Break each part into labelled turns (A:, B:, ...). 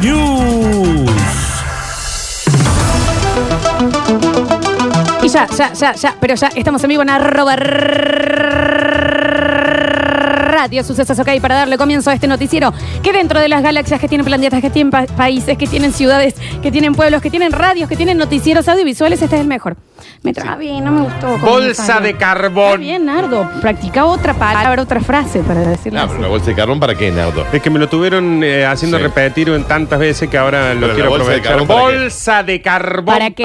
A: News.
B: Y ya, ya, ya, ya, pero ya estamos en vivo en arroba Radio Sucesos OK para darle comienzo a este noticiero que dentro de las galaxias que tienen planetas, que tienen pa- países, que tienen ciudades, que tienen pueblos, que tienen radios, que tienen noticieros audiovisuales, este es el mejor. Me trabé, no me gustó. cómo
C: Bolsa
B: me salió.
C: de carbón.
B: Está bien, Nardo. Practica otra palabra, otra frase para decirlo.
D: No,
B: así.
D: Ah, pero la bolsa de carbón para qué, Nardo?
C: Es que me lo tuvieron eh, haciendo
D: Sí.
C: repetir en tantas veces que ahora lo
D: Pero
C: quiero
D: la bolsa de
C: aprovechar.
D: carbón, ¿para qué?
C: bolsa de carbón.
B: ¿Para qué?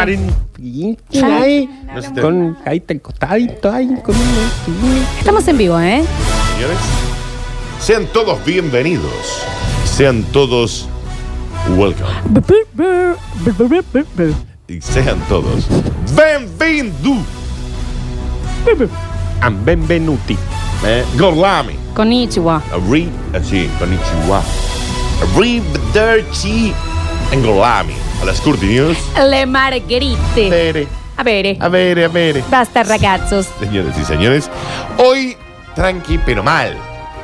C: in-
B: Ah,
C: ahí,
D: No se te-
C: Con ahí está el costadito, ahí con un-
B: Estamos en vivo, ¿eh?
D: Señores, sean todos bienvenidos. Sean todos welcome. Y sean todos bienvenidos.
C: Am benvenuti.
D: Eh, Gorlami.
B: Con Ichiwa.
D: Arri, así, con Ichiwa. Arrivederci. En Gorlami. A las Curti News.
B: Le Marguerite.
D: Tere,
B: A ver, eh.
D: A ver, a ver.
B: basta, ragazos.
D: Señores y señores, hoy tranqui, pero mal.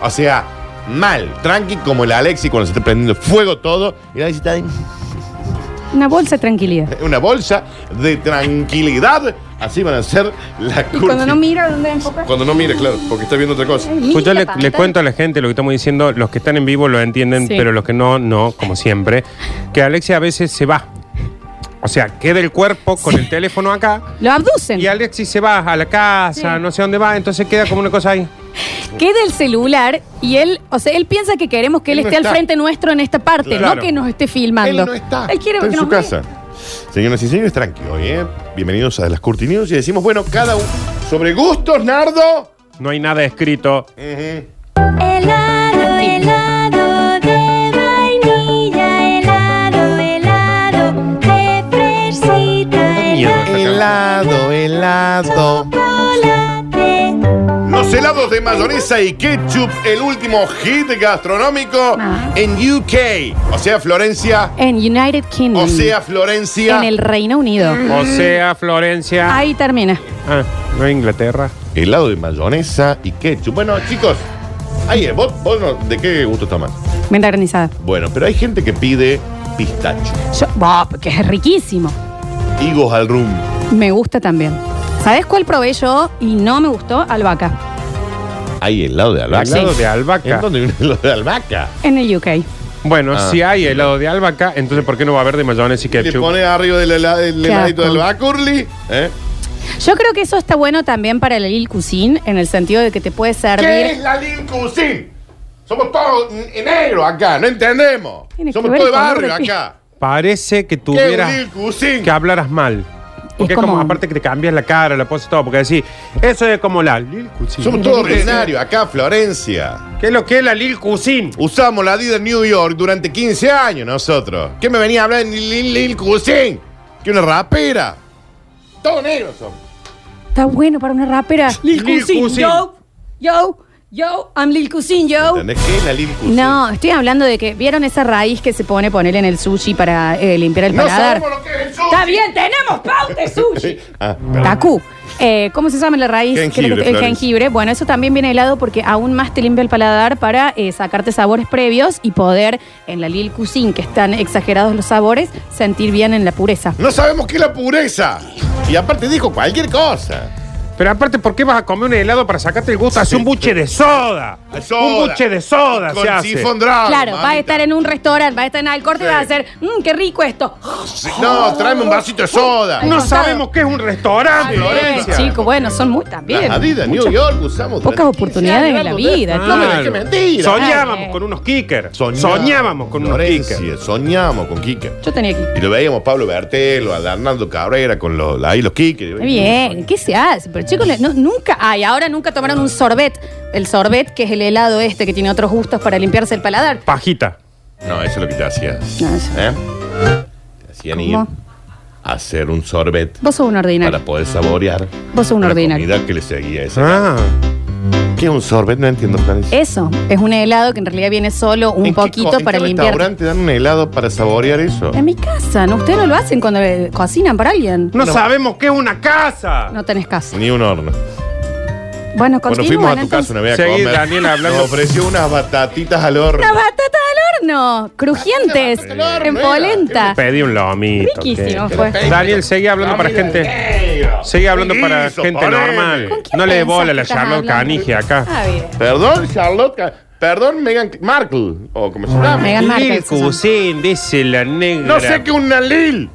D: O sea, mal. Tranqui como el Alexi cuando se está prendiendo fuego todo. Y la Alexi está ahí.
B: Una bolsa de tranquilidad.
C: Eh,
D: una bolsa de tranquilidad. Así van a ser las
B: Y cuando
D: cursi.
B: no mira dónde enfocar.
D: Cuando no mire, claro, porque está viendo otra cosa.
C: Pues yo le, le cuento a la gente lo que estamos diciendo. Los que están en vivo lo entienden,
B: Sí.
C: pero los que no, no, como siempre. Que Alexia a veces se va. O sea, queda el cuerpo con el teléfono acá.
B: Lo abducen.
C: Y Alexis se va a la casa,
B: Sí.
C: no sé dónde va, entonces queda como una cosa ahí.
B: Queda el celular y él, o sea, él piensa que queremos que él,
D: Él no
B: esté al
D: está.
B: frente nuestro en esta parte,
C: Claro.
B: no que nos esté filmando.
D: Él no está.
B: Él quiere
D: está en
B: que
D: su
B: nos vea.
D: casa. Señoras y señores, tranqui hoy, ¿eh? Bienvenidos a las Curti News y decimos, bueno, cada uno. Sobre gustos, Nardo.
C: No hay nada escrito.
B: Eh,
D: Ujú.
E: Helado, helado de vainilla, helado, helado de fresita, helado
B: eh,
C: Mierda, sacaron.
D: Helado, helado.
E: de
D: Los helados de mayonesa y ketchup, el último hit gastronómico
B: Ah.
D: en UK. O sea, Florencia.
B: En United Kingdom.
D: O sea, Florencia.
B: Mm. en el Reino Unido.
C: O sea, Florencia.
B: Ahí termina.
C: Ah, no es Inglaterra.
D: Helado de mayonesa y ketchup. Bueno, chicos, ahí es. ¿Vos, vos no- de qué gusto toman?
B: Venta granizada.
D: Bueno, pero hay gente que pide pistacho,
B: Yo, bah, que es riquísimo.
D: higos al rum.
B: Me gusta también. ¿Sabes cuál probé yo y no me gustó? Albahaca.
D: Hay helado de albahaca.
C: Helado de albahaca.
D: ¿En dónde hay un helado de albahaca?
B: En el UK.
C: Bueno,
D: Ah.
C: si hay helado de albahaca, entonces ¿por qué no va a haber de mayonesa y
D: Le
C: ketchup?
D: pone arriba del hela- del
B: Qué
D: heladito de
B: asco.
D: albahaca, Curly. ¿eh?
B: Yo creo que eso está bueno también para el Il Cuisine, en el sentido de que te puede
D: ¿Qué es
B: servir.
D: la Lil Cuisine? Somos todos en negro acá, no entendemos.
B: Tiene que
D: Somos
B: ver
D: todos de
B: el color
D: barrio
B: de piel.
D: acá.
C: Parece que
D: ¿Qué es
C: tuvieras
D: Lil Cuisine?
C: que hablaras mal. Porque
B: Es
C: es como,
B: como-
C: aparte que te cambias la cara, la pose y todo, porque decís, eso es como la Lil Cuisine.
D: Somos todos ordinarios acá, Florencia.
C: ¿Qué es lo que es la Lil Cuisine?
D: Usamos la Adidas New York durante 15 años nosotros. ¿Qué me venía a hablar en Lil, Lil Cuisine? Que una rapera. Todos negros somos.
B: Está bueno para una rapera.
C: Lil Cuisine.
B: Yo, yo, yo, I'm Lil Cuisine, yo.
D: ¿Entendés qué es la Lil Cuisine?
B: Oh. No, estoy hablando de que vieron esa raíz que se pone ponerle en el sushi para eh, limpiar el
D: No
B: paladar.
D: sabemos lo que es el sushi.
B: Está bien, tenemos paute sushi.
D: Ah, perdón.
B: Taku. Eh, ¿Cómo se llama la raíz?
D: Jengibre,
B: Creo que- el
D: Florencia.
B: jengibre. Bueno, eso también viene helado porque aún más te limpia el paladar para eh, sacarte sabores previos y poder, en la Lil Cuisine, que están exagerados los sabores, sentir bien en la pureza.
D: No sabemos qué es la pureza. Y aparte dijo cualquier cosa.
C: Pero aparte, ¿por qué vas a comer un helado para sacarte el gusto? Hace un buche de soda. Un buche de soda
D: Con
C: se hace.
D: sifón drago,
B: claro, va a
D: mamita.
B: estar en un restaurante, va a estar en el corte y
D: Sí.
B: va a hacer, mmm, qué rico esto.
D: Sí, No, tráeme un vasito de soda.
C: No
B: costado.
C: sabemos qué es un restaurante.
D: Florencia.
B: Eh, Chico, bueno, son muy también.
D: Las Adidas New
B: Muchas-
D: York usamos
B: pocas
D: durante
B: oportunidades
D: 15
B: en la
D: años, algo de-
B: vida,
D: No me
C: Ah, Claro.
D: dejes mentir.
C: Soñábamos
B: Dale.
C: con unos kickers. Soñábamos con unos
D: Florencia,
C: kickers.
D: Soñábamos con Kike.
B: Yo tenía que.
D: Y lo veíamos Pablo Bertelo, a Hernando Cabrera con los, ahí los Kike.
B: Bien, ¿qué se hace? Pero chicos, le- no- nunca hay. Ahora nunca tomaron un sorbet. El sorbet, que es el helado este que tiene otros gustos para limpiarse el paladar.
C: Pajita.
D: No, eso es lo que te hacías.
B: No, eso.
D: ¿Eh? Te hacían ir.
B: ¿Cómo?
D: hacer un sorbet
B: Vos sos un ordinario.
D: para poder saborear
B: Vos sos un
D: la
B: ordinario.
D: comida que le seguía a esa.
C: Ah,
D: ¿Qué es un sorbet? No entiendo, Florencia.
B: Eso, es un helado que en realidad viene solo un
D: ¿En qué co-
B: poquito para
D: ¿En qué
B: limpiar.
D: restaurante dan un helado para saborear eso?
B: En mi casa, ¿no? Ustedes no lo hacen cuando eh, cocinan para alguien.
C: no, sabemos qué es una casa.
B: No tenés casa.
D: Ni un horno.
B: Bueno,
D: Bueno,
B: continúan
D: fuimos a tu
B: entonces.
D: casa una vez a
C: Seguí,
D: comer.
C: Daniel, hablando.
D: Nos ofreció unas batatitas al horno.
B: Una batata al horno, crujientes,
D: Batata al horno,
B: en
D: era.
B: polenta.
C: Pedí un lomito.
B: Riquísimo
C: ¿qué?
B: fue.
C: Daniel, sigue hablando para gente. Sigue hablando para gente normal.
B: ¿Con quién
C: No le dé
B: pensás
C: bola a
B: que
C: la
B: estás
C: Charlotte
B: hablando?
C: Canigia acá.
B: Ah, bien.
D: Perdón, Charlotte. Ca- Perdón, Meghan Markle. O como se llama.
B: Meghan Markle,
C: Lil Cousin, dice la negra.
D: No sé qué es una Lil.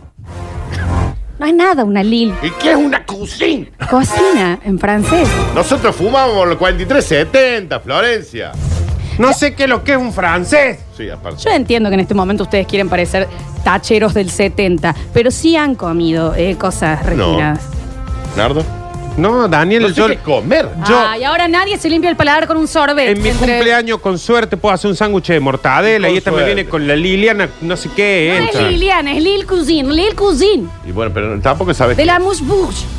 B: No es nada una Lil.
D: ¿Y qué es una cousin?
B: Cocina en francés.
D: Nosotros fumábamos los 4370, Florencia.
C: No sé qué es lo que es un francés.
D: Sí, aparte.
B: Yo entiendo que en este momento ustedes quieren parecer tacheros del 70, pero sí han comido eh, cosas refinadas.
D: Nardo.
C: No, Daniel,
D: No sé
C: yo.
D: qué comer.
C: Yo-
B: Ay, ahora nadie se limpia el paladar con un sorbet.
C: En mi
B: entre-
C: cumpleaños, con suerte, puedo hacer un sándwich de mortadela.
D: Con
C: y esta me
D: suerte.
C: viene con la Liliana, no sé qué.
B: No es
C: entra.
B: Liliana, es Lil Cousin, Lil Cousin,
D: Y bueno, pero tampoco sabes
B: de
D: qué,
B: la Mouche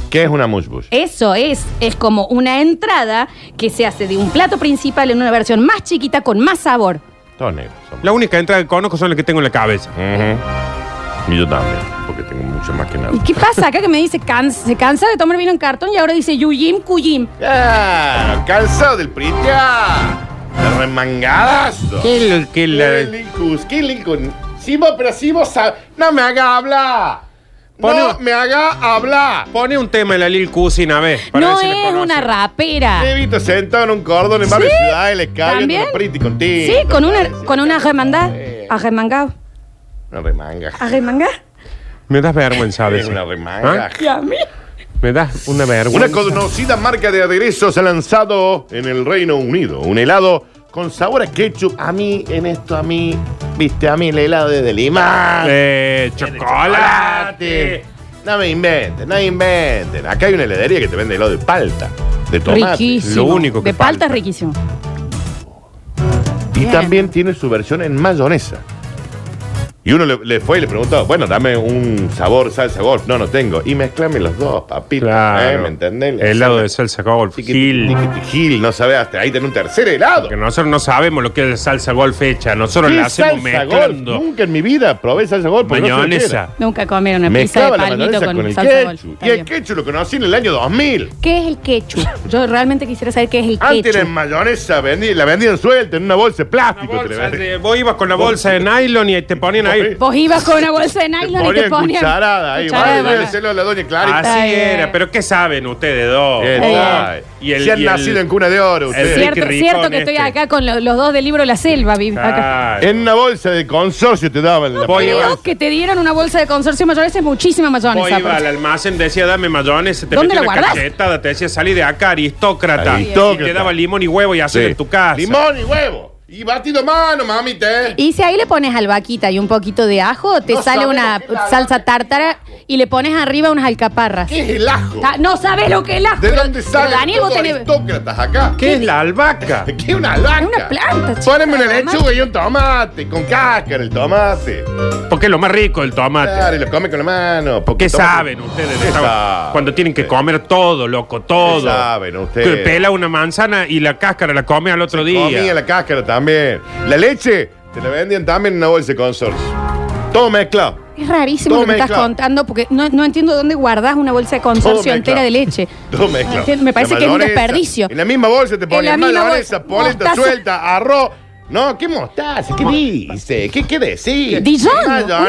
D: qué es una mushbush.
B: Eso es, es como una entrada que se hace de un plato principal en una versión más chiquita con más sabor.
D: Todos negros somos.
C: La única entrada que conozco son las que tengo en la cabeza.
B: Eh.
D: Ujú. Y yo también, porque tengo mucho más que nada.
B: ¿Y qué pasa acá que me dice can- se cansa de tomar vino en cartón y ahora dice Yujim Kujim?
D: Claro, calzado del pritia. De remangadazo.
C: ¿Qué es lo que
D: ¿Qué
C: la.?
D: Linkus? ¿Qué Lincoln? Sí, vos, pero si vos sab- No me haga hablar.
C: Pone-
D: No me haga hablar.
C: Pone un tema de la Lil Cousin a ver. para
B: No
C: ver si la
B: es
C: conoce.
B: una rapera.
D: He visto sentado en un cordón en varias ciudades, le cae
B: Ah. ¿También?
D: una priti con ti.
B: Sí, con una, con una remandá. Ah. Arremangao.
D: Una remanga.
B: Arremangá.
C: Me das vergüenza a
D: Es
C: veces.
D: una remanga.
C: ¿Ah?
B: Y a mí.
C: Me das una vergüenza.
D: Una conocida marca de aderezos ha lanzado en el Reino Unido un helado con sabor a ketchup. A mí, en esto, a mí, viste, a mí el helado es de limán.
C: Eh, chocolate.
D: chocolate. No me inventen, no me inventen. Acá hay una heladería que te vende helado de palta, de tomate.
B: Riquísimo.
C: lo único que
B: De palta
C: falta.
B: es riquísimo.
D: Y
B: Bien.
D: también tiene su versión en mayonesa. Y uno le, le fue y le preguntó, bueno, dame un sabor salsa golf. No, no tengo. Y mezclame los dos, papito.
C: Claro.
D: ¿Eh? ¿Me entendés?
C: Helado de salsa golf. Gil.
D: Gil, no sabés, hasta ahí tenés un tercer helado.
C: Que nosotros no sabemos lo que es la salsa golf hecha. Nosotros
D: ¿Qué
C: la hacemos
D: salsa golf?
C: mezclando.
D: Nunca en mi vida probé salsa golf. porque no sé lo que
C: Mayonesa.
B: Nunca comieron
D: era.
B: una pizza de
D: Mezclaba la
B: palmito
D: mayonesa
B: con,
D: con, el
B: salsa golf.
D: ketchup.
B: Está
D: Y el
B: bien.
D: ketchup lo conocí en el año 2000.
B: ¿Qué es el ketchup? Yo realmente quisiera saber qué es el
D: Antes la
B: ketchup.
D: mayonesa vendí- la vendían suelta en una bolsa de plástico. te la vendían.
C: vos ibas con la bolsa de nylon y te ponían ahí.
B: Vos ibas con una bolsa de nylon y te
D: ponían
B: ponían.
D: cucharada ahí.
B: cucharada
D: Vale,
B: de banana. Ah,
D: débeselo a la doña Clarita.
B: Está
C: Así
B: bien.
C: era. Pero ¿qué saben ustedes dos?
D: eh. Bien, ay.
C: Y el-
D: si han
C: y el-
D: nacido en cuna de oro
C: el-
D: ustedes.
B: Cierto,
C: Ricky
B: cierto
C: Ricón
B: que estoy
C: este.
B: acá con lo- los dos del libro La Selva, vi-
D: Ah,
B: acá.
C: Claro.
D: En una bolsa de consorcio te daban la
C: Voy
D: bolsa.
B: Creo que te dieron una bolsa de consorcio mayonesa, es muchísima
C: Vos
B: mayonesa.
C: ibas al almacén, decía dame mayones, te
B: ¿Dónde la
C: metía una
B: guardás?
C: cachetada, te decía salí de acá, aristócrata.
D: Aristócrata.
C: Y te daba limón y huevo y hacer
D: Sí.
C: en tu casa.
D: Limón y huevo. Y batido a mano, mamita. ¿eh?
B: Y si ahí le pones albaquita y un poquito de ajo, te
D: No
B: sale
D: sabemos
B: una
D: qué es la
B: salsa
D: albahaca.
B: tártara y le pones arriba unas alcaparras.
D: ¿Qué es el ajo?
B: Ah, No sabes lo que es el ajo.
D: ¿De
B: pero-
D: dónde
B: pero
D: salen
B: Daniel, vos
D: todos
B: tenés-
D: aristócratas acá?
C: ¿Qué es la albahaca?
D: ¿Qué es una albahaca?
B: Es una planta, chica,
D: Poneme una
B: además.
D: lechuga y un tomate, con cáscara el tomate.
C: Porque es lo más rico el tomate.
D: Claro, y lo come con la mano. porque
C: ¿Qué
D: toma-
C: saben ustedes?
D: ¿Qué
C: de esta-
D: saben?
C: Cuando tienen que comer todo, loco, todo.
D: ¿Qué saben ustedes?
C: Que pela una manzana y la cáscara la come al otro día.
D: Comía la cáscara también. La leche te la vendían también en una bolsa de consorcio. Todo mezclado.
B: Es rarísimo
D: Todo
B: lo que estás
D: mezclado.
B: contando porque no, no entiendo dónde guardás una bolsa de consorcio
D: mezclado.
B: entera de leche.
D: Todo mezclado.
B: Entiendo, me parece
D: La
B: que es un
D: mayonesa.
B: desperdicio.
D: En la misma bolsa te
B: la
D: ponían
B: misma
D: mayonesa,
B: bolsa.
D: polenta
B: Mostaza.
D: suelta, arroz. No, ¿qué mostaza? ¿Qué dice? ¿Qué, qué decís?
B: Dijon,
D: Mayonesa,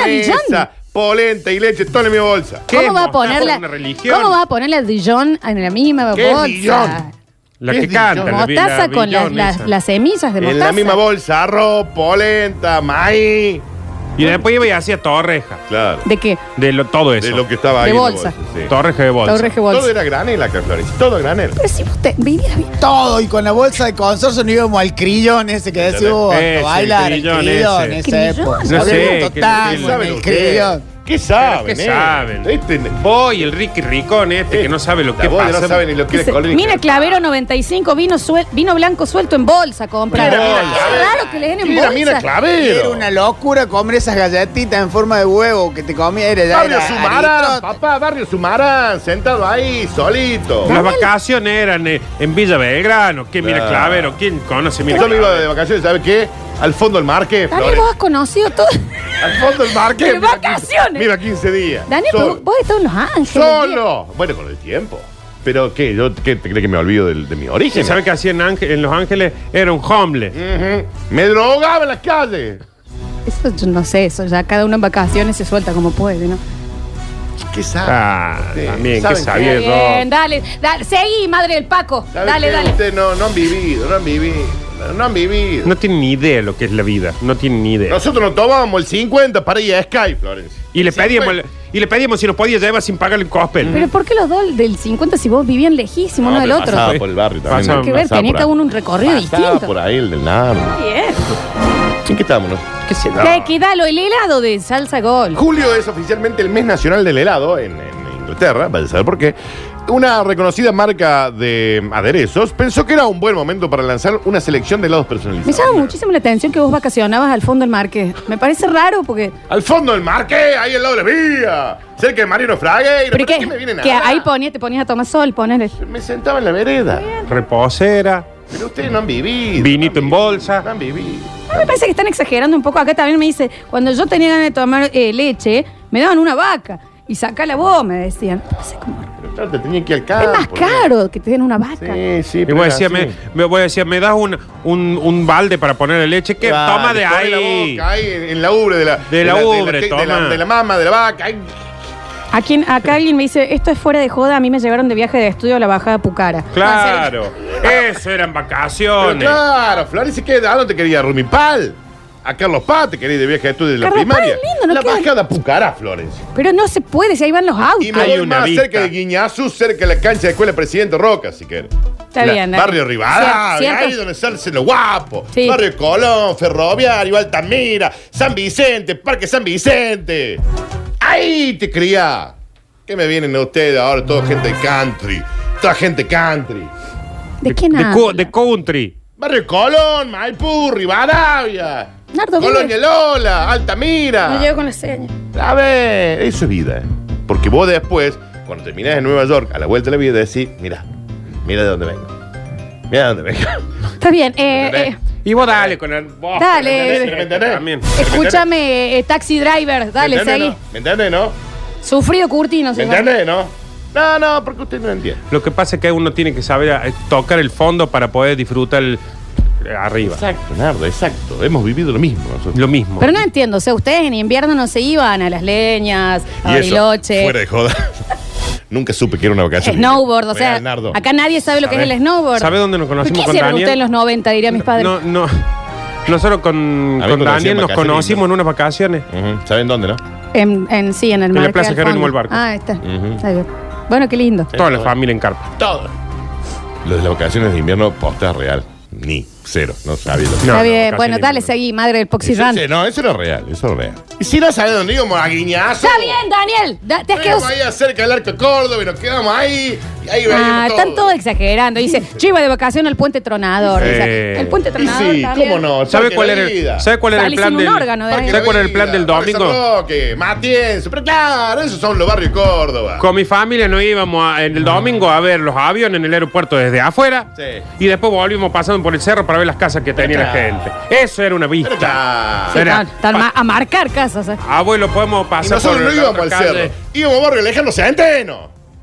B: una Dijon.
D: polenta y leche, todo en la misma bolsa.
C: ¿Qué
B: ¿Cómo va, a
C: mostaza?
B: ponerla,
C: ¿Una religión?
B: ¿Cómo va a poner la Dijon en la misma
D: ¿Qué
B: bolsa?
D: Dijon?
C: La
D: ¿Qué
C: que
D: es
C: canta.
D: dicho?
C: la- la
B: Mostaza con las,
C: billón
B: las-
C: esa.
B: las semillas de mostaza.
D: En la misma bolsa, arroz, polenta, maíz.
C: Y después iba y hacía torreja.
D: Claro.
B: ¿De qué?
C: De lo- todo eso.
D: De lo que estaba ahí.
B: De
D: en la
B: bolsa.
D: sí.
C: Torreja de bolsa.
B: Torreje
D: Todo
B: bolsa.
D: era granel acá, Flores. Todo granel.
B: Pero si vos te vivías bien.
F: todo y con la bolsa de consorcio no íbamos al crillón ese que decís vos,
C: Ese,
F: a
C: el
F: bailar el
C: crillón
F: crillón,
C: ese.
F: esa
B: Crillón.
F: época.
C: No sé,
F: Había
B: Ah,
C: que-
F: tango en
D: ¿Saben
F: el
D: ustedes
F: crillón.
D: ¿Qué saben?
C: ¿Qué
D: eh?
C: saben?
D: Este- Eh,
C: Voy, el Ricky Ricón este que no sabe lo
D: La
C: que
D: voz
C: pasa.
D: No sabe ni lo que es
B: Dice,
D: colonia.
B: Mira, Clavero 95, vino, suel- vino blanco suelto en bolsa a comprar.
D: Mira, mira,
B: Qué
D: Clavero.
B: raro que le den en
D: Mira,
B: bolsa.
D: mira, Clavero.
F: Era una locura comer esas galletitas en forma de huevo que te comía. Era, ya
D: Barrio
F: era
D: Sumarán,
F: aristóteles.
D: papá, Barrio Sumarán, sentado ahí, solito.
C: Las vacaciones eran eh, en Villa Belgrano. ¿Quién mira
D: Ah.
C: Clavero? ¿Quién conoce? Mira
D: Yo me iba
C: Clavero?
D: de vacaciones, ¿sabes qué? Al fondo del marque,
B: Daniel,
D: Flores.
B: vos has conocido todo.
D: Al fondo del marque.
B: De
D: mira,
B: vacaciones.
D: Mira, 15 días.
B: Daniel,
D: Solo.
B: vos, vos estás en Los Ángeles.
D: Solo. Bueno, con el tiempo. Pero qué, yo qué, te crees que me olvido del- de, mi
C: ¿Quién
D: origen.
C: sabe qué hacía en, Ángel- en Los Ángeles? Era un homeless.
D: Ujú. Me drogaba en las calles.
B: Eso yo no sé, eso ya cada uno en vacaciones se suelta como puede, ¿no?
D: ¿Qué sabe?
C: Ah,
D: Sí.
C: también, ¿qué
D: ¿Saben
C: sabía
D: qué?
C: yo?
B: Bien, dale, dale. Seguí, madre del Paco.
D: ¿Sabe
B: Dale,
D: qué?
B: dale.
D: Ustedes no, no han vivido, no han vivido, no han vivido.
C: No tienen ni idea lo que es la vida. No tienen ni idea.
D: Nosotros nos tomábamos el 50 para ir a Sky, Florencia.
C: Y le,
D: Sí,
C: pedíamos,
D: fue.
C: y le pedíamos si nos podía llevar sin pagar el cospel.
B: Pero ¿por qué los dos del 50 si vos vivían lejísimos uno
D: No,
B: del
D: pero
B: otro?
D: pasaba por el barrio también.
C: Pasaba-
B: Hay que ver,
D: pasaba
B: tenía
D: por
B: cada
D: ahí.
B: uno un recorrido
D: Pasaba
B: distinto.
D: por ahí el del Nardo.
B: Bien.
D: ¿En qué estábamos? no?
C: ¿Qué se
B: Te equidad, lo- el helado de salsa gol.
D: Julio es oficialmente el mes nacional del helado en, en Inglaterra, vaya a saber por qué. Una reconocida marca de aderezos pensó que era un buen momento para lanzar una selección de helados
B: Me
D: personalizados.
B: llama muchísimo la atención que vos vacacionabas al fondo del marqués. Me parece raro porque.
D: Al fondo del marqué, ahí al lado de la vía, cerca de Mariano Fragueira.
B: ¿Pero
D: ¿Pero
B: qué?
D: me vienen
B: que
D: a
B: ahí ponía, te ponías a tomar sol, ponele.
D: Me sentaba en la vereda.
C: Reposera.
D: Pero ustedes no han vivido.
C: Vinito en
D: no han vivido,
C: bolsa.
D: No han vivido.
B: A mí me parece que están exagerando un poco. Acá también me dice, cuando yo tenía ganas de tomar eh, leche, me daban una vaca. Y sacala vos, me decían. No sé cómo-
D: Pero claro, te tenía que ir al campo.
B: es más caro que te den una vaca.
D: Ah, Sí, sí.
C: Y
D: pero
C: vos
D: era
C: decías, me,
D: así.
C: me, vos decías, me das un, un, un balde para ponerle leche. ¿Qué?
D: Claro,
C: Toma de
D: pone la
C: ahí.
D: boca, ahí, en en la ubre de la...
C: De la ubre,
D: de la- de la-
C: toma.
D: de la mama, de la vaca. ahí.
B: ¿A quién- acá alguien me dice, esto es fuera de joda, a mí me llevaron de viaje de estudio a la bajada Pucara.
C: Claro. Eso eran
D: Pero
C: vacaciones.
D: claro, Flores, ¿y qué? ¿A dónde te quería? ¿A Rumipal? ¿A Carlos Paz te quería de viaje de estudio de la
B: Carlos Paz
D: primaria?
B: es lindo, ¿no?
D: la
B: Queda-
D: bajada Pucará, Flores.
B: Pero no se puede, si ahí van los autos.
D: Y me
C: Hay
D: voy
C: una
D: más
C: vista.
D: cerca de Guiñazú, cerca de la cancha de escuela Presidente Roca, si quieres.
B: Está
D: La-
B: bien, dale.
D: Barrio Rivadavia,
B: Cier-
D: ahí
B: cierto.
D: donde sale lo guapo.
B: Sí.
D: Barrio Colón, Ferroviario, Altamira, San Vicente, Parque San Vicente. Ahí te criá. ¿Qué me vienen a ustedes ahora? Toda gente country. Toda gente country.
B: ¿De quién
C: de, co-
B: habla?
C: de country.
D: Barrio Colón, Maipú, Rivadavia.
B: Nardo,
D: Colonia
B: ¿dónde?
D: Lola, Altamira.
B: No llego con la seña.
D: A ver, eso es vida. ¿eh? Porque vos después, cuando terminás en Nueva York, a la vuelta de la vida, decís, mira, mira de dónde vengo. Mira de dónde vengo.
B: Está bien, eh, eh,
C: Y vos dale con el. vos,
B: Dale.
C: ¿me entendés? También.
B: escúchame, eh, taxi driver, dale,
D: ¿Me entendés,
B: seguí.
D: no? ¿Me entendés, no?
B: Sufrido Curtino,
D: ¿Me
B: se llama.
D: entendés, no? No, no, porque usted no entiende.
C: Lo que pasa es que uno tiene que saber eh, tocar el fondo para poder disfrutar el- eh, arriba.
D: Exacto, Nardo, exacto. Hemos vivido lo mismo nosotros.
C: Lo mismo.
B: Pero no entiendo, o sea, ustedes en invierno no se iban a las leñas, a
D: Y eso,
B: Bariloche.
D: Fuera de joda. Nunca supe que era una vacación.
B: Snowboard, o sea,
D: Real, Nardo.
B: acá nadie sabe lo que es
C: ¿Sabe?
B: el snowboard.
C: ¿Sabe dónde nos conocimos
B: ¿Qué
C: con
B: hicieron
C: Daniel?
B: ustedes en los 90, diría mis padres?
C: No, no. Nosotros con,
D: A
C: con
D: mí cuando
C: Daniel
D: hacían
C: nos
D: vacaciones,
C: conocimos
D: ¿no?
C: en unas vacaciones.
D: Ujú, ¿Saben dónde, no?
B: En, en- sí, en el
C: En la
B: mar,
C: Plaza
B: al
C: Jerónimo
B: fondo.
C: el Barco.
B: Ah, ahí está.
D: Ujú.
B: Está bien. Bueno, qué lindo.
C: Toda la familia en carpa.
D: Todo. Lo de las vacaciones de invierno, posta real. Ni cero. No sabía lo que
C: No,
B: está
C: no,
B: bien.
C: casi
B: bueno,
C: ninguno.
B: dale, seguí, madre del Poxy
D: Eso-
B: Run.
D: ese- no, eso era real, eso era real. Y si no sabes dónde íbamos, a guiñazo.
B: Está bien, Daniel. da- te has
D: Estamos
B: quedado.
D: ahí cerca del arco de Córdoba y nos quedamos ahí. Y ahí
B: Ah,
D: veíamos
B: están todos exagerando. Dice, yo iba de vacaciones al puente tronador.
C: Sí.
B: Dice, el puente
D: Y
B: tronador.
D: sí,
B: Daniel.
D: cómo no.
C: ¿Sabe cuál, era el, ¿Sabe cuál era el
B: Salí
C: plan
B: sin un
C: del
B: órgano de ahí.
C: ¿Sabe cuál era el plan del domingo?
D: Que Matienzo, pero claro, esos son los barrios de Córdoba.
C: Con mi familia nos íbamos a- en el domingo a ver los aviones en el aeropuerto desde afuera
D: Sí.
C: y después volvimos pasando por el cerro para ver las casas que tenía la
D: claro.
C: gente. Eso era una
D: Pero
C: vista.
D: claro.
B: Sí,
C: Era-
B: están- están ma- a marcar casas. eh.
C: Abuelo, podemos
D: Y
C: pasar
D: nosotros
C: por
D: no
C: la
D: íbamos
C: otra
D: al
C: calle
D: cerro, íbamos a barrio Alejandro Centeno,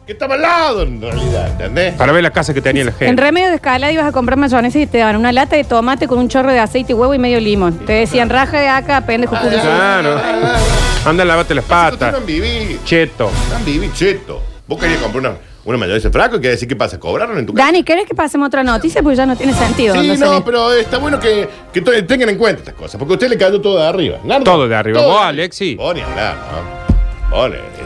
D: que estaba al lado en realidad, ¿entendés?
C: para ver las casas que tenía la
B: En
C: gente.
B: remedio de escala ibas a comprar mayonesa y te daban una lata de tomate con un chorro de aceite y huevo y medio limón. Te decían, raja de acá,
D: Ah,
B: pendejo culo".
C: Claro. Anda, lávate las
D: Nosotros no
C: patas.
D: han vivido,
C: Cheto.
D: no han vivido, cheto. Vos querías comprar una, una mayonesa fraco y querías decir, ¿qué pasa? ¿Cobraron en tu casa?
B: Dani, ¿querés que pasemos otra noticia? Porque ya no tiene sentido.
D: Sí,
B: ¿dónde
D: no,
B: salí?
D: pero está bueno que, que to- tengan en cuenta estas cosas, porque a usted le cayó todo de arriba. Nardo,
C: Todo de arriba. Vos, Alexi.
D: Vos ni hablar, ¿no? Vos, le- este-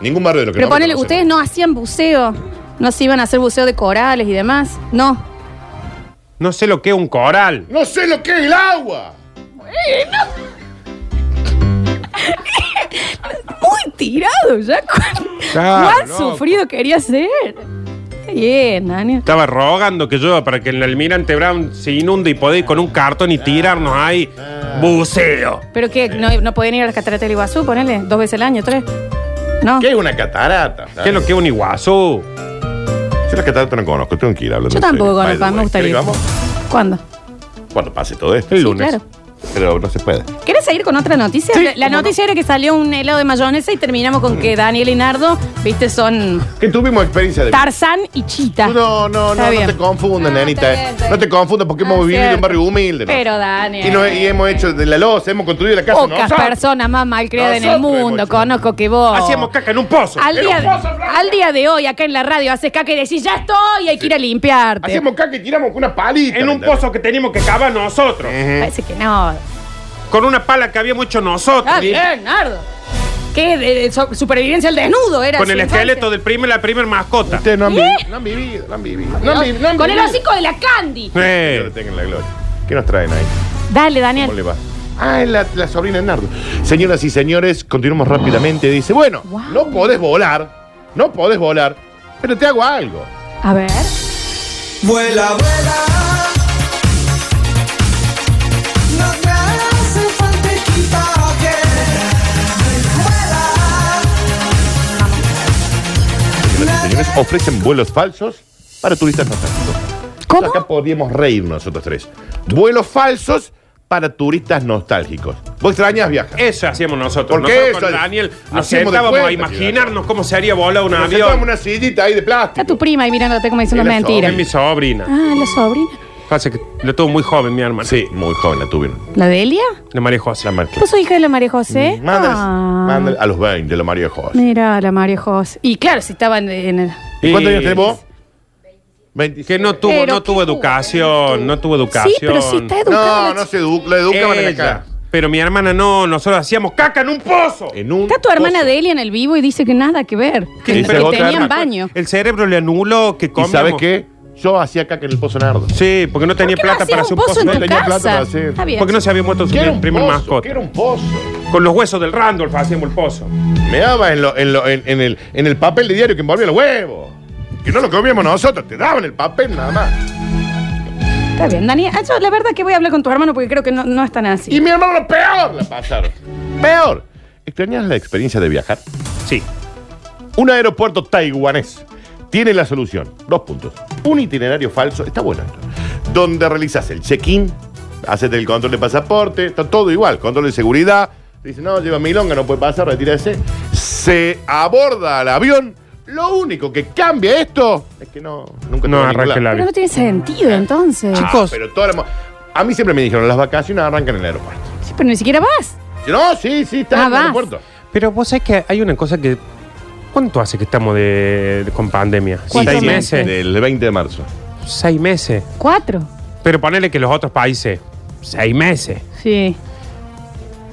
D: Ningún barrio de lo que
B: Pero
D: no
B: ponele,
D: conocemos.
B: ustedes no hacían buceo. No se iban a hacer buceo de corales y demás. No.
C: No sé lo que es un coral.
D: No sé lo que es el agua.
B: Muy tirado ya. ¿Cuán,
C: Claro,
D: Ah,
B: cuán
C: loco.
B: sufrido quería ser? Está Bien, Daniel.
C: Estaba rogando que yo, para que el almirante Brown se inunde y podéis con un cartón y tirarnos ahí. Buceo.
B: ¿Pero qué? ¿No, no podían ir a las cataratas del Iguazú? Ponele, dos veces al año, tres. No.
D: ¿Qué es una catarata?
C: ¿Qué es lo que es un iguazú?
D: Yo las cataratas no conozco, tengo que ir hablando.
B: Yo
D: en serio.
B: tampoco
D: By the
B: conozco,
D: way,
B: me gustaría.
D: ¿querés que Vamos
B: ¿Cuándo?
D: cuando pase todo esto.
C: El
B: Sí,
C: lunes.
B: claro.
D: Pero no se puede.
B: ¿Quieres seguir con otra noticia? la noticia era que salió un helado de mayonesa y terminamos
D: Mm.
B: con que Daniel y Nardo, viste, son
D: Que tuvimos experiencia de.
B: Tarzán y Chita.
D: No, no, no,
B: Está
D: no
B: bien.
D: te confundas,
B: No,
D: nenita. eh.
B: está bien, está
D: No te
B: bien.
D: confundas porque hemos
B: Ah,
D: vivido en
B: cierto.
D: un barrio humilde. ¿no?
B: Pero Daniel.
D: Y, no- y hemos hecho de la loza, hemos construido la casa.
B: Pocas
D: nosotros.
B: personas más malcriadas en el
D: Nosotros hemos
B: mundo,
D: hecho.
B: conozco que vos.
C: Hacíamos caca en un pozo.
B: Oh. Al
C: Era
B: día,
C: un
B: de,
C: pozo, blanco.
B: al día de hoy, acá en la radio, haces caca y decís, ya estoy, hay que ir a limpiarte.
D: Hacíamos caca y tiramos con una palita.
C: Eh, En un
D: ¿entendés?
C: pozo que teníamos que cavar nosotros.
D: Eh.
B: Parece que no.
C: Con una pala que habíamos hecho nosotros.
B: Ah, bien, Nardo. ¿Qué? De, de so- supervivencia al desnudo era.
C: Con el
B: su infancia.
C: esqueleto del primer, la primer mascota.
D: Ustedes no han,
B: ¿Eh?
D: vivido, no han vivido, no han vivido. No han, vi- no han
B: Con el
D: vivido.
B: hocico de la Candy.
D: Que
C: Eh,
D: lo tengan la gloria. ¿Qué nos traen ahí?
B: Dale,
D: ¿Cómo le
B: Daniel.
D: va? Ah, es la, la sobrina de Nardo. Señoras y señores, continuamos rápidamente. Dice, bueno,
B: Wow.
D: no podés volar, no podés volar, pero te hago algo.
B: A ver.
G: Vuela, vuela. No te hace falta equipaje.
D: Señoras y señores, ofrecen vuelos falsos para turistas nostálgicos.
B: ¿Cómo?
D: Acá podríamos reír nosotros tres. Vuelos falsos para turistas nostálgicos. ¿Vos extrañas viajar?
C: eso hacíamos nosotros.
D: ¿Por qué
C: nosotros con
D: eso?
C: Daniel nos
D: Hacíamos de
C: sentábamos a
D: cuenta,
C: imaginarnos cómo se haría volar un
D: Nos sentamos en
C: avión.
D: una sillita ahí de
B: Está
D: plástico.
B: tu prima ahí mirándote como diciendo
D: Es la
B: mentira.
C: Es mi sobrina.
B: Ah, la sobrina.
C: Pasa que lo tuvo muy joven, mi hermana.
D: Sí, muy joven la tuvieron.
B: ¿La Delia?
C: La María José.
D: La marca.
B: ¿Vos sos hija de la María José?
D: Mándales,
B: Ah.
D: mándales a los 20 la María José.
B: Mira, la María José. Y claro, si estaban en el.
D: ¿Y cuántos
C: Y-
D: años tenés vos? 26.
C: Que no tuvo,
B: Pero
C: no tuvo
B: qué
C: educación, no tuvo educación.
B: Sí, pero si está educada.
D: No,
B: la
D: no
B: chi-
D: se educa, la educaban en la
C: Ella.
D: cara.
C: Pero mi hermana no, nosotros hacíamos caca en un pozo.
D: En un
B: Está tu hermana
D: pozo.
B: Delia en el vivo y dice que nada que ver. Que,
D: ¿Qué dice
B: que
D: otra
B: tenían
D: hermana?
B: baño.
C: El cerebro le anuló que
D: ¿Y
C: comíamos.
D: sabes qué? Yo hacía caca en el pozo Nardo.
C: Sí, porque no tenía
B: ¿Por qué no
C: plata
B: hacías
C: para hacer
B: un
C: un pozo.
B: en
D: no
B: tu
D: tenía plata
B: casa?
D: para hacer.
B: Está bien.
C: Porque no se había muerto su
D: ¿Qué era un
C: primer
D: pozo?
C: mascota.
D: ¿Qué era un pozo?
C: Con los huesos del Randolph hacíamos el pozo.
D: Me daba en, lo- en lo- en- en el, en el papel de diario que envolvía los huevos. Que no lo comíamos nosotros, te daban el papel nada más.
B: Está bien, Daniel. Ah, Yo la verdad que voy a hablar con tu hermano porque creo que no, no es tan así.
D: Y mi hermano lo peor la pasaron. Peor. ¿Extrañas la experiencia de viajar?
C: Sí.
D: Un aeropuerto taiwanés tiene la solución. Dos puntos. Un itinerario falso, está bueno esto, donde realizas el check-in, haces el control de pasaporte, está todo igual, control de seguridad. Te Dice, no, lleva milonga, no puede pasar, retírese. Se aborda al avión. Lo único que cambia esto es que no, nunca te
C: No
D: va a
C: arranque
D: ningún
C: el
D: lado.
B: Pero no
C: labio.
B: tiene sentido entonces.
D: Ah, pero toda la mo- a mí siempre me dijeron, las vacaciones arrancan en el aeropuerto.
B: Sí, pero ni siquiera vas.
D: Yo, no, sí, sí, está
B: Ah,
D: en el
B: vas.
D: aeropuerto.
C: Pero vos sabés que hay una cosa que. ¿Cuánto hace que estamos de, de- con pandemia?
B: Cuatro
C: ¿Seis
B: meses.
C: meses?
D: Del 20 de marzo.
C: Seis meses.
B: Cuatro.
C: Pero ponele que los otros países. Seis meses.
B: Sí.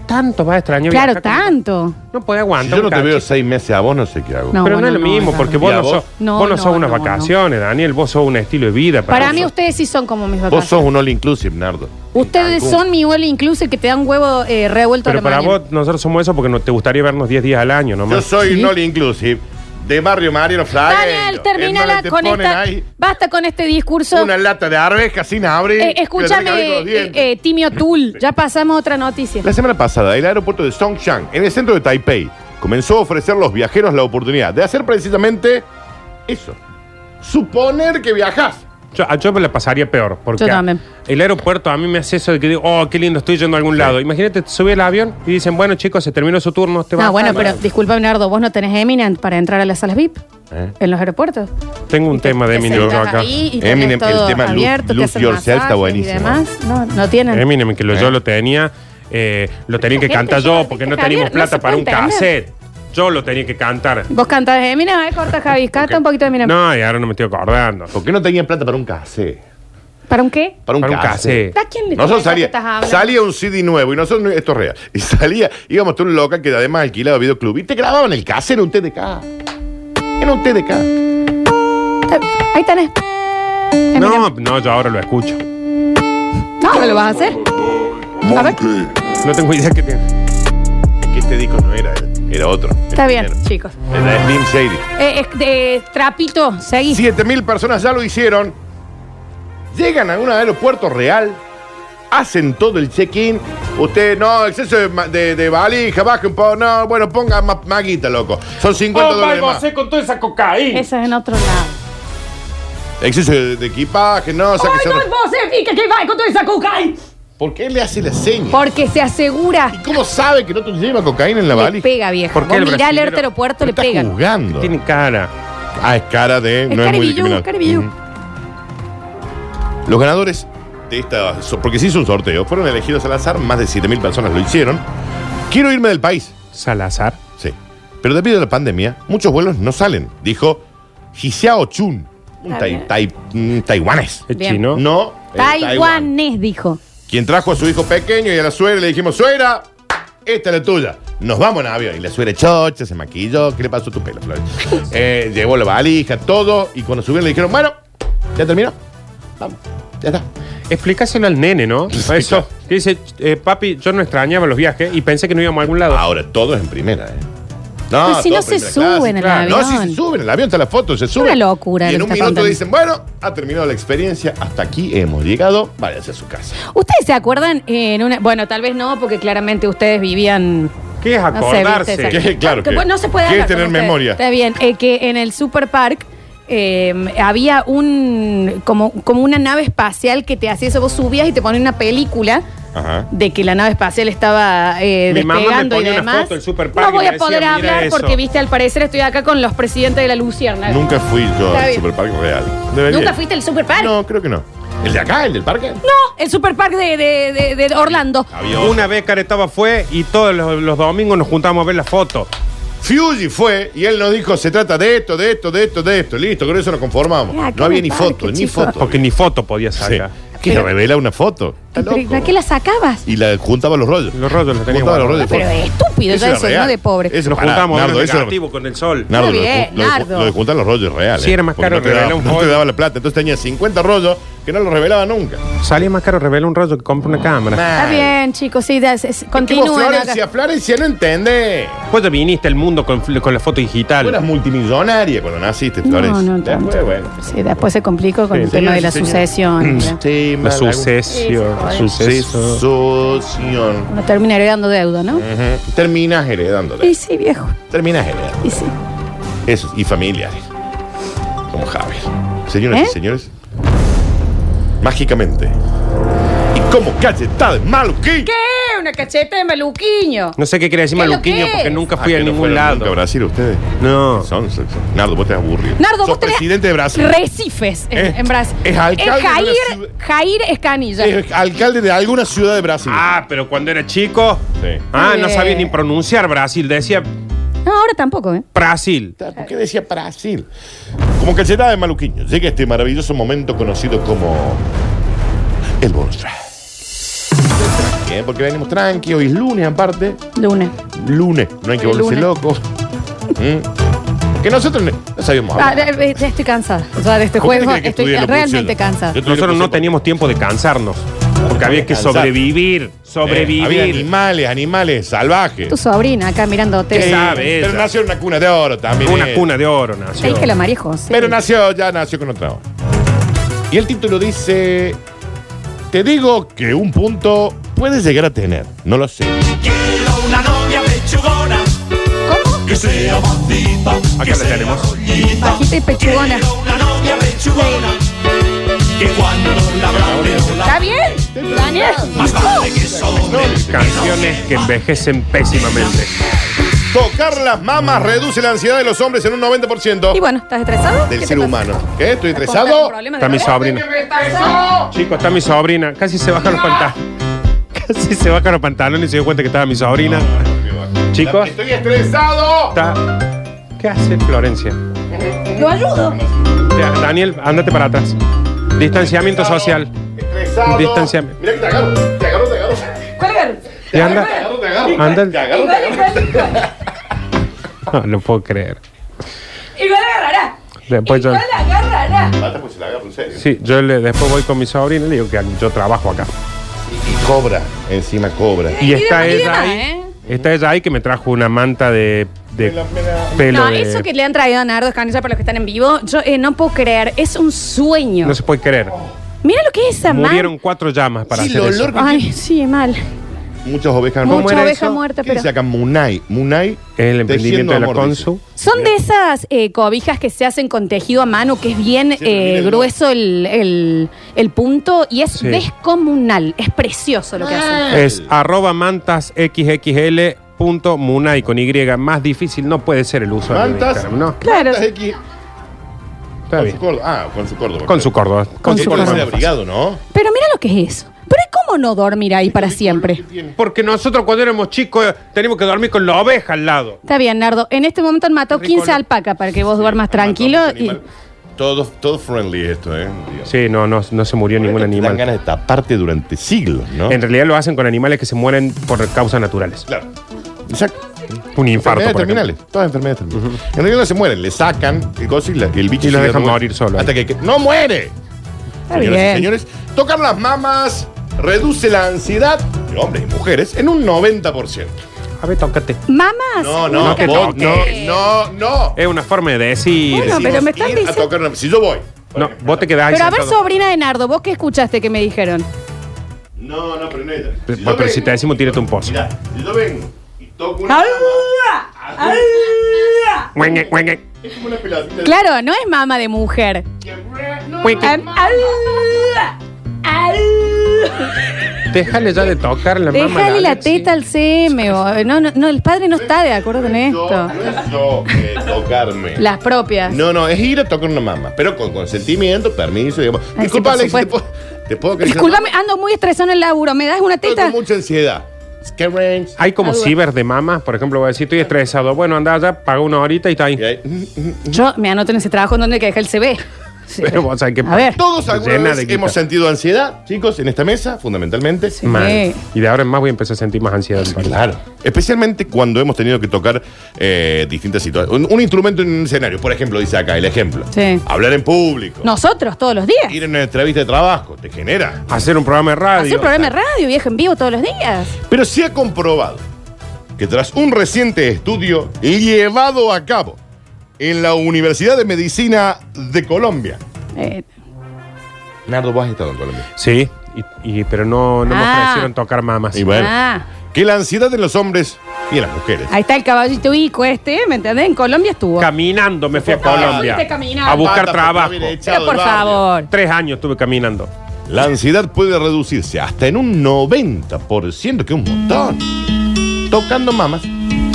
C: Tanto va a extrañar.
B: Claro,
C: viajar con-
B: tanto.
C: No podés
D: Si
C: aguantar.
D: yo
C: un
D: no te veo
C: cachito.
D: seis meses a vos, no sé qué hago.
B: No.
C: pero
B: bueno,
C: no es lo
B: no,
C: mismo,
B: no,
C: porque
B: no.
C: vos
D: ¿Y a
C: no
D: vos?
C: sos,
B: No,
C: vos no
B: no,
C: sos unas
B: no, no.
C: vacaciones, Daniel, vos sos un estilo de vida. Para,
B: Para mí
C: nosotros.
B: ustedes sí son como mis
D: Vos
B: vacaciones.
D: sos un all inclusive, Nardo.
B: Ustedes
D: Cancún.
B: son mi huevo incluso que te dan huevo eh, revuelto
C: Pero
B: a la
C: para
B: mañana.
C: vos, nosotros somos eso porque no te gustaría vernos 10 días al año
D: Yo
C: nomás.
D: soy un all inclusive de barrio Mariano Flagel.
B: Daniel, termínala con esta. Basta con este discurso.
D: Una lata de arveja sin abrir.
B: Eh,
D: pero
B: escúchame,
D: tenés que abrir
B: eh,
D: con los dientes.
B: eh, Timio Tull. Ya pasamos a otra noticia.
D: La semana pasada, el aeropuerto de Songshan, en el centro de Taipei, comenzó a ofrecer a los viajeros la oportunidad de hacer precisamente eso. Suponer que viajás.
C: Yo, a- yo me la pasaría peor. Porque
B: Yo también.
C: El aeropuerto a mí me hace eso de que digo, oh, qué lindo, estoy yendo a algún lado. Imagínate, subí al avión y dicen, bueno, chicos, se terminó su turno, te vas.
B: No, bueno, pero disculpa, Nardo, vos no tenés Eminent para entrar a las salas VIP
D: ¿Eh?
B: en los aeropuertos.
C: Tengo un tema de
B: Te
C: Eminem yo
B: sentás
C: acá.
B: ahí y
D: Eminem,
B: tenés
D: el
B: todo
D: tema Lose-
B: abierto, te
D: Lose
B: hacen
D: Yourself está
B: masajes y
D: buenísimo.
B: demás. No, no tienen.
C: Eminem, que lo- yo lo tenía, eh, lo tenía que
B: Gente,
C: cantar
B: yo,
C: yo porque no
B: Javier,
C: teníamos
B: no
C: plata
B: se
C: para un
B: puede entender.
C: cassette. Yo lo tenía que cantar.
B: Vos cantás Eminem, eh, corta Javi, canta un poquito de Eminem.
C: No, y ahora no me estoy acordando.
D: ¿Por qué no tenían plata para un casé?
B: ¿Para un qué?
D: Para un,
C: Para un
D: casé.
C: casé.
B: ¿A quién le
D: Nosotros
B: ¿De qué
D: salía,
B: estás hablando?
D: salía un CD nuevo y nosotros, no- esto es real, y salía, íbamos a un local que además alquilaba videoclub y te grababan el casé en un TDK. En un TDK.
B: Eh, Ahí tenés.
C: No, no, yo ahora lo escucho.
B: No, no lo vas a hacer. A ver.
C: No tengo idea que tiene.
D: que este disco no era el Era otro.
B: Está
D: El
B: bien,
D: primero.
B: chicos.
D: Era Slim Shady.
B: Eh, es- de trapito, seguí.
D: 7.000 personas ya lo hicieron. Llegan a un aeropuerto real, hacen todo el check-in. Usted, no, exceso de, ma- de- de valija, baje un poco. No, bueno, ponga ma- más guita, loco. Son 50 dólares más.
C: con toda esa cocaína.
B: Eso es en otro lado.
D: Exceso de, de equipaje, no, saque
B: ¡Ay,
D: esa-
B: no es vos, eh, que- que va con toda esa cocaína!
D: ¿Por qué le hace la seña?
B: Porque se asegura.
D: ¿Y cómo sabe que no te lleva cocaína en la
B: Le
D: valija?
B: pega, viejo.
C: ¿Por qué
B: Vos
C: el
B: mirá el
C: brasilero?
B: aeropuerto,
D: Pero
B: le
D: está
B: pegan.
D: jugando.
C: Tiene cara.
D: Ah, es cara de.
B: Es
D: no es muy Mm,
B: caribillú,
D: discriminante.
B: caribillú.
D: Los ganadores de esta. so- Porque se hizo un sorteo. Fueron elegidos al azar. Más de 7.000 personas lo hicieron. Quiero irme del país.
C: Salazar.
D: Sí. Pero debido a la pandemia, muchos vuelos no salen. Dijo Hsiao Chun. Un
B: Está
D: tai-
B: bien.
D: tai- un taiwanés.
C: Es
B: Bien.
C: chino.
D: No. es de Taiwán.
B: Taiwanés, dijo.
D: Quien trajo a su hijo pequeño y a la suegra le dijimos, suegra, esta es la tuya. Nos vamos en avión. Y la suegra chocha, se maquilló, ¿qué le pasó a tu pelo, Flores? Eh, llevó la valija, todo, y cuando subieron le dijeron, bueno, ya terminó. Vamos, ya está.
C: Explícaselo al nene, ¿no?
D: Sí,
C: Eso.
D: claro.
C: Que dice, eh, papi, yo no extrañaba los viajes y pensé que no íbamos a algún lado.
D: Ahora todo es en primera, ¿eh? No,
B: Pero si
D: todo
B: no se
D: primera clase,
B: suben al
D: No, si
B: avión.
D: se suben al avión, está la foto, se suben.
B: Una locura
D: Y en
B: lo
D: un
B: que está
D: minuto
B: contando.
D: dicen, bueno, ha terminado la experiencia, hasta aquí hemos llegado, váyanse a su casa.
B: ¿Ustedes se acuerdan eh, en una. Bueno, tal vez no, porque claramente ustedes vivían.
C: ¿Qué es
B: No sé,
C: acordarse?
B: ¿viste?
D: ¿Qué?
B: Esa-
D: Claro
B: Que,
D: que-
B: bueno, no se puede
D: ¿qué es
B: hablar con
D: tener
B: ustedes.
D: memoria?
B: Está bien. eh, que en el Super Park eh, había un. Como, como una nave espacial que te hacía eso. Vos subías y te ponían una película.
D: Ajá.
B: de que la nave espacial estaba eh,
C: Mi mamá me
B: despegando y
C: ponía una
B: demás.
C: foto del Super Park
B: no
C: y me
B: voy a
C: decía,
B: poder
C: "Mira
B: hablar
C: eso".
B: porque, viste, al parecer estoy acá con los presidentes de la Lucierna.
D: Nunca fui yo
B: Está
D: al
B: bien.
D: Superparque Real. Debería.
B: ¿Nunca fuiste al Super Park?
D: No, creo que no. ¿El de acá, el del parque?
B: No, el Super Park de, de- de- de Orlando.
D: Había otro.
C: Una vez Caretaba fue y todos los, los domingos nos juntamos a ver la foto.
D: Fuji fue y él nos dijo, se trata de esto, de esto, de esto, de esto. Listo, con eso nos conformamos.
B: Mira,
D: no había ni
B: parque,
D: foto, ni
B: chicos.
D: foto.
C: Porque ni foto podía
D: Sí.
C: sacar.
D: ¿Qué le revela una foto? Está
B: Pero,
D: loco.
B: ¿Para qué la sacabas?
D: Y la juntaba los rollos.
C: Los rollos los tenía
D: Juntaba los
C: guardados.
D: rollos. de
B: Pero
D: foto.
B: es estúpido
D: Eso
B: ya
D: era
B: eso,
D: real.
B: ¿no? De pobre.
D: Eso
C: Nos
D: pará,
C: juntamos a
D: Nardo,
C: ver los
D: eso era-
C: negativos con el sol.
D: Nardo,
B: Está
D: lo de
B: bien,
D: ju- lo de ju-
B: Nardo.
D: lo de juntar los rollos es real.
C: Sí,
D: eh,
C: era más
D: porque
C: caro
D: no te, daba,
C: revelar un
D: no te
C: rollo.
D: daba la plata. Entonces tenía 50 rollos que no los revelaba nunca.
C: Salía más caro revelar un rollo que compra una cámara.
B: Está bien, chicos, sí, da- es-
D: Es que vos,
B: continúen acá.
D: Florencia, Florencia, no entendés.
C: Pues ya viniste al mundo con, con la foto
D: Tú eras
C: digital.
D: multimillonaria cuando naciste, Florencia.
B: No, no,
D: Después,
B: tanto.
D: bueno.
B: Sí, después se complicó con
D: Sí,
B: el tema de la
D: señores y
B: sucesión. ¿verdad?
D: Sí,
C: La
D: mal, algún-
C: sucesión.
B: Sí, sí,
C: Suceso.
D: Sucesión.
B: Uno termina heredando deuda, ¿no?
D: Ujú. Terminas heredándola.
B: Y sí, viejo.
D: Terminas heredándola.
B: Y sí.
D: Eso, y familiares. Como Javier. Señoras
B: ¿Eh?
D: y señores, mágicamente. ¿Y cómo cachetada de Ah, maluquín?
B: ¿Qué? Una cacheta de maluquiño.
C: No sé qué quería decir
B: ¿Qué es lo
C: Maluquiño
B: que
C: porque
B: es?
C: nunca
D: Ah,
C: fui a
D: que no
C: ningún
D: fueron
C: lado.
D: nunca a Brasil ustedes?
C: No.
D: Son, son- son. Nardo, vos te has aburrido.
B: Nardo,
D: Sos
B: vos tenés
D: presidente de Brasil.
B: Recifes en,
D: Eh,
B: en Brasil.
D: es alcalde de una
B: Jair,
D: ciudad-
B: Jair Escanilla.
D: Es alcalde de alguna ciudad de Brasil.
C: Ah, pero cuando era chico.
D: Sí.
C: Ah,
B: Muy
C: no
B: bien.
C: sabía ni pronunciar Brasil. Decía
B: No, ahora tampoco, ¿eh?
C: Brasil.
D: ¿Por qué decía Brasil? Como cachetada de maluquiño, llega este maravilloso momento conocido como el bonus track. Bien, porque venimos tranqui, hoy es lunes aparte,
B: Luna.
D: lunes, no hay que
B: El lunes.
D: volverse loco. Mm. Porque nosotros ne- no sabíamos
B: Ah,
D: hablar.
B: eh, eh, ya estoy cansada. O sea, de este
D: ¿Por qué
B: juego
D: crees que
B: estoy
D: estudié la
B: realmente
D: producción?
B: cansada.
D: Yo tuve
C: Nosotros
D: que
C: no
D: hacer-
C: teníamos tiempo de cansarnos. Porque había que
D: Cansar.
C: sobrevivir.
D: Eh, había
C: Sobrevivir.
D: animales, animales salvajes.
B: Tu sobrina acá mirándote.
C: ¿Qué
D: Sí,
C: sabe
D: Pero
C: ella?
D: nació en una cuna de oro también.
C: Una
D: eh.
C: cuna de oro
B: La
C: nació.
B: hija de la María José.
D: Pero nació, ya nació con otra. voz. Y el título dice: Te digo que un punto puedes llegar a tener. No lo sé.
H: Quiero una novia pechugona,
B: ¿Cómo?
H: que sea bandita,
C: Acá la tenemos.
B: Bajita y pechugona.
H: Quiero una novia pechugona, que cuando la abrace no la
B: ¿Está bien? Daniel.
H: más vale que sobre.
C: Canciones que envejecen pésimamente.
D: Tocar las mamas reduce la ansiedad de los hombres en un 90%
B: Y bueno, ¿estás estresado? ¿Qué
D: del
B: te
D: ser
B: pasa?
D: humano. ¿Qué? ¿Estoy
B: ¿Estás con
D: estresado?
B: problemas de
C: Está mi
B: dolor?
C: sobrina. Chicos, está mi sobrina. Casi se baja los pantalones. Casi se baja los pantalones y se dio cuenta que estaba mi sobrina. Chicos.
D: ¡Estoy estresado!
C: Está... ¿Qué hace Florencia?
B: Lo ayudo.
C: Ya, Daniel, ándate para atrás. Distanciamiento social.
D: Estresado.
C: Distancia.
D: Mira que te agarro, te agarro, te agarro.
B: Cuelgan.
C: Y
D: Te
C: anda.
D: agarro, te agarro.
C: Anda.
D: Te agarro, te agarro.
C: No lo puedo creer.
B: Igual agarrará.
C: Después yo.
B: agarrará.
D: Basta, pues, si la agarro, en serio.
C: Sí, yo le- después voy con mi sobrina y le digo que yo trabajo acá.
D: Y cobra, encima cobra.
C: Y está
B: demás,
C: ella
B: demás,
C: ahí.
B: ¿eh?
C: Está ella ahí que me trajo una manta de, de
D: Me la- me la-
C: pelo.
B: No,
C: de-
B: eso que le han traído a Nardo Escanilla para los que están en vivo, yo eh, no puedo creer, es un sueño.
C: No se puede creer.
B: Mira lo que es esa
C: Murieron
B: man.
C: cuatro llamas para
D: Sí,
C: hacer
D: lo
C: eso.
D: olor-
B: Ay, sí, mal.
D: Muchas ovejas
C: ¿Cómo
B: Mucha
C: era
B: oveja
C: eso?
B: muerta,
D: ¿Qué
B: pero.
D: dice acá? Munay. Munay.
C: El emprendimiento
D: tejiendo
C: de la
D: amor,
C: Consu.
D: dice.
B: Son de esas eh, cobijas que se hacen con tejido a mano, que es bien
D: pero
B: eh,
D: mira el-
B: grueso el, el- el punto y es
C: Sí. Ah.
B: descomunal. Es precioso lo que hacen.
C: Es arroba mantas xxl punto munay con Y. Más difícil no puede ser el uso de
D: Mantas.
C: Instagram, ¿no?
B: Claro.
D: Mantas X.
C: Está
D: Con su
C: bien.
D: Córdoba. Ah, con su Córdoba.
C: Con su Córdoba.
B: Con
D: Con su
B: su Córdoba.
D: abrigado, ¿no?
B: Pero mira lo que es eso. Pero ¿cómo no dormir ahí para siempre?
C: Porque nosotros cuando éramos chicos eh, teníamos que dormir con la oveja al lado.
B: Está bien, Nardo. En este momento han matado
C: Rico,
B: 15
C: ¿no?
B: alpacas para que vos duermas tranquilo. Y...
D: Todo, todo friendly esto, ¿eh? Digamos.
C: Sí, no, no, no se murió ningún
D: Te Dan
C: animal.
D: ganas de taparte durante siglos, ¿no?
C: En realidad lo hacen con animales que se mueren por causas naturales.
D: Claro. Exacto.
C: Un infarto,
D: Enfermedades
C: por ejemplo.
D: terminales. Todas enfermedades terminales. En realidad no se mueren, le sacan el coso y, la- el bicho
C: Y los
D: se
C: dejan
D: muere.
C: morir solo,
D: Hasta
C: ahí.
D: que, que- ¡No muere!
B: Está
D: Señoras y
B: bien.
D: señores, tocar las mamas reduce la ansiedad de hombres y mujeres en un 90%.
C: A ver, tócate.
B: Mamas.
D: No, no,
C: te
D: vos- no,
C: toques.
D: no, no.
C: Es una forma de decir.
B: Bueno,
D: Decimos
B: pero me están
D: ir
B: diciendo-
D: A tocar una- si yo voy.
C: No, vos te quedás ahí
B: Pero a ver,
C: sentado.
B: sobrina de Nardo, ¿vos qué escuchaste que me dijeron?
D: No, no, pero no es.
C: Pero- pero si te decimos, tírate un pozo.
D: Mira, si yo vengo y toco una. mama,
C: Muengue, muengue,
D: Es como una pelotita.
B: Claro, no es mama de mujer.
C: muengue.
B: Am- ¡Au! ¡Au!
C: Déjale ya de tocar la mamá.
B: Déjale la
C: Alex.
B: teta al CM. bo- No, no, no, el padre no está de acuerdo con esto.
D: No es yo eh, tocarme.
B: Las propias.
D: No, no, es ir a tocar una mama, pero con consentimiento, permiso, digamos.
B: Ay,
D: Disculpa,
B: sí,
D: Alex,
B: por
D: ¿te puedo, te puedo acariciar?
B: Disculpame, ando muy estresado en el laburo. ¿Me das una
D: Estoy
B: teta?
D: con mucha ansiedad. Es que range.
C: Hay como
B: Algo.
C: ciber de mamas, por ejemplo, voy a decir, estoy estresado. Bueno, anda allá, paga una horita y está ahí.
D: Y ahí, mm, mm.
B: Yo me anoto en ese trabajo en donde hay que dejar el CV. Sí.
C: Pero vos sabés que-
B: A ver.
D: Todos alguna
C: Llena de
D: vez
C: guita.
D: hemos sentido ansiedad, chicos, en esta mesa, fundamentalmente.
B: Sí.
C: Mal. Y de ahora en más voy a empezar a sentir más ansiedad.
D: Claro. Especialmente cuando hemos tenido que tocar eh, distintas situaciones. Un, un instrumento en un escenario, por ejemplo, dice acá el ejemplo.
B: Sí.
D: Hablar en público.
B: Nosotros todos los días.
D: Ir en una entrevista de trabajo, te genera.
C: Hacer un programa de radio.
B: Hacer un programa de radio, viejo en vivo todos los días.
D: Pero se ha comprobado que tras un reciente estudio llevado a cabo en la Universidad de Medicina de Colombia.
B: Eh,
D: Nardo, vos has estado en Colombia.
C: Sí, y, y- pero no, no me
B: Ah.
C: ofrecieron tocar mamas.
D: Y bueno,
B: Ah,
D: que la ansiedad de los hombres y de las mujeres.
B: ahí está el caballito Ico este, ¿me entendés? En Colombia estuvo.
C: Caminando me fui a
D: Ah,
C: Colombia.
B: fuiste caminando.
C: A buscar
D: Banda,
C: trabajo.
D: por favor, echado
B: Pero por
D: del barrio.
B: favor.
C: Tres años estuve caminando.
D: La ansiedad puede reducirse hasta en un 90%, que es un montón. Tocando mamas.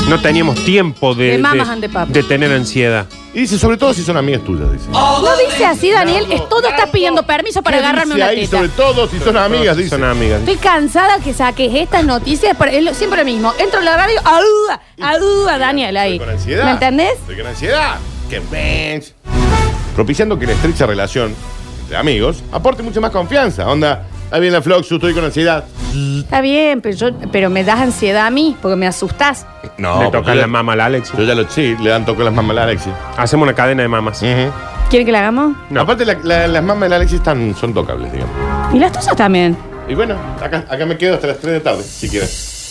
C: No teníamos tiempo de,
B: De mamas and de papas.
C: de tener ansiedad.
D: Y dice, sobre todo si son amigas tuyas, dice.
B: No dice así, Daniel.
D: Nardo,
B: Es todo estás
D: Nardo,
B: pidiendo permiso para
D: ¿Qué
B: agarrarme
D: dice
B: una
D: ahí?
B: teta.
D: Sobre todo si son amigas, dice.
C: Son amigas.
B: Estoy cansada que saques estas noticias, pero es lo- siempre lo mismo. Entro a la radio, aduda, aduda, Daniel ahí.
D: Estoy con ansiedad.
B: ¿Me entendés?
D: Estoy con ansiedad. ¡Qué bench! Propiciando que la estrecha relación entre amigos aporte mucha más confianza. Onda, ahí viene la Floxu, estoy con ansiedad.
B: Está bien, pero, yo, pero me das ansiedad a mí porque me asustás.
D: No,
C: le
D: porque
C: tocan
D: yo-
C: la mama al Alex.
D: Yo ya lo sí, le dan toco a las mamas a la Alexis.
C: Hacemos una cadena de mamas.
D: Ujú.
B: ¿Quieren que la hagamos?
C: No.
D: Aparte, la- la- las mamas de la Alexis están, son tocables, digamos.
B: Y las tuyas también.
D: Y bueno, acá, acá me quedo hasta las 3 de la tarde, si quieres.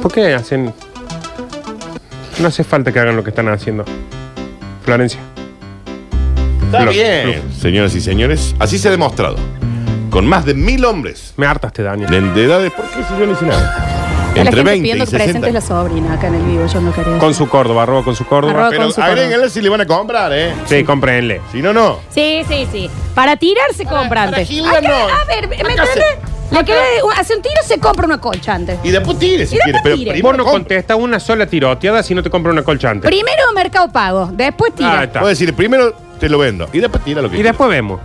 C: ¿Por qué hacen.? No hace falta que hagan lo que están haciendo. Florencia.
D: Está
C: Flor,
D: bien. Señoras y señores, así se ha demostrado. Con más de mil hombres
C: Me hartaste, Daniel.
D: de de edades. ¿Por qué si yo no hice nada?
B: la
D: Entre
B: gente
D: 20
B: pidiendo
D: y
B: que presentes
D: 60.
B: la sobrina acá en el vivo, yo no quería.
C: Con su Córdoba, arroba con su Córdoba.
B: Arroba
D: Pero
B: con su
D: agréguenle si le van a comprar, ¿eh?
C: Sí, compréenle.
D: Si no, no.
B: Sí, sí, sí. Para tirar se compra
D: para
B: antes.
D: Gilda
B: Acá,
D: no.
B: A ver, ¿me
D: Acá
B: entiendes?
D: se-
B: La que hace un tiro se compra una colcha antes.
D: Y después tire si
B: Y después
D: quiere. Pero
B: tire.
D: primero
C: Vos no
D: compre.
C: contestas una sola tiroteada si no te compra una colcha antes.
B: Primero Mercado Pago, después tira.
C: Ah, está.
D: Puedo decir, primero te lo vendo. Y después tira lo que
C: Y
D: quiera.
C: después vemos.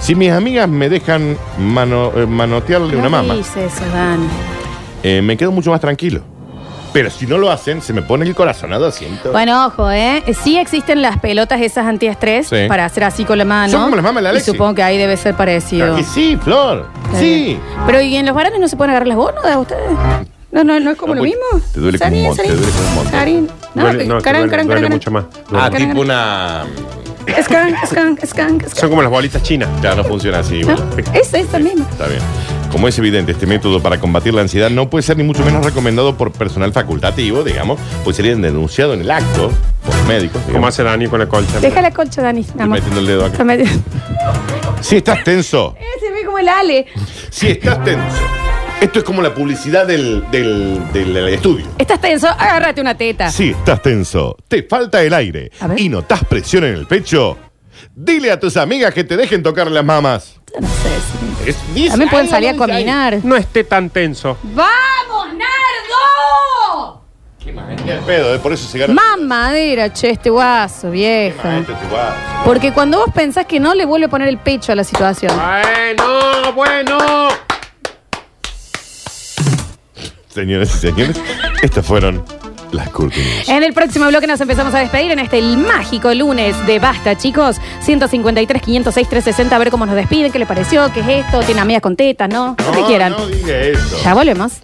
D: Si mis amigas me dejan mano- eh, manotearle una
B: no
D: mama,
B: dice eso, Dan.
D: eh, me quedo mucho más tranquilo. Pero si no lo hacen, se me pone el corazonado siento.
B: Bueno, ojo, ¿eh? Sí existen las pelotas esas antiestrés
D: Sí.
B: para hacer así con la mano.
D: Son como las mamas de la
B: Y
D: Alexi.
B: supongo que ahí debe ser parecido.
D: Y sí, Flor.
B: Está
D: Sí.
B: bien. Pero ¿y en los varones no se pueden agarrar las gónadas ustedes? No, no, no es como
D: No,
B: lo
D: pues,
B: mismo.
D: te duele como un mon- te duele como un montón.
B: Sarín. No,
C: Duele-
B: que-
C: no, te
B: carán,
C: duele-
B: carán,
C: duele
B: carán.
C: mucho más.
D: Ah,
B: Duele.
D: tipo una.
B: Skank, skank, skank, skank.
C: Son como las bolitas chinas.
D: Ya, no funciona así.
B: ¿No?
D: bueno.
B: Es esta misma.
D: Está bien. Como es evidente, este método para combatir la ansiedad no puede ser ni mucho menos recomendado por personal facultativo, digamos, pues sería denunciado en el acto por médicos.
C: Como
D: digamos.
C: hace Dani con la colcha.
B: Deja la colcha, Dani. mi
D: Estoy
B: amor.
D: metiendo el dedo acá.
B: Está metido-
D: Si estás tenso,
B: Eh, Se ve como el Ale.
D: si estás tenso. Esto es como la publicidad del, del- del- del estudio.
B: Estás tenso, agárrate una teta.
D: Si estás tenso, te falta el aire
B: A ver.
D: y notas presión en el pecho, dile a tus amigas que te dejen tocar las mamas.
B: Yo no sé. sí.
D: Es- dice-
B: También pueden
D: Ay,
B: salir a
D: no, dice ahí.
B: caminar.
C: No esté tan tenso.
B: ¡Vamos, Nardo!
D: Ni al pedo, eh, por eso se gana.
B: Mamadera, che, este guaso, vieja.
D: Maestro, este guaso.
B: Porque cuando vos pensás que no, le vuelve a poner el pecho a la situación.
C: Bueno, bueno.
D: Señoras y señores, estas fueron las cortinas.
B: En el próximo bloque nos empezamos a despedir en este mágico lunes de Basta, chicos. 153, 506, 360, a ver cómo nos despiden, qué le pareció, qué es esto, tienen amigas con tetas, ¿no? Lo que quieran.
D: No diga eso.
B: Ya volvemos.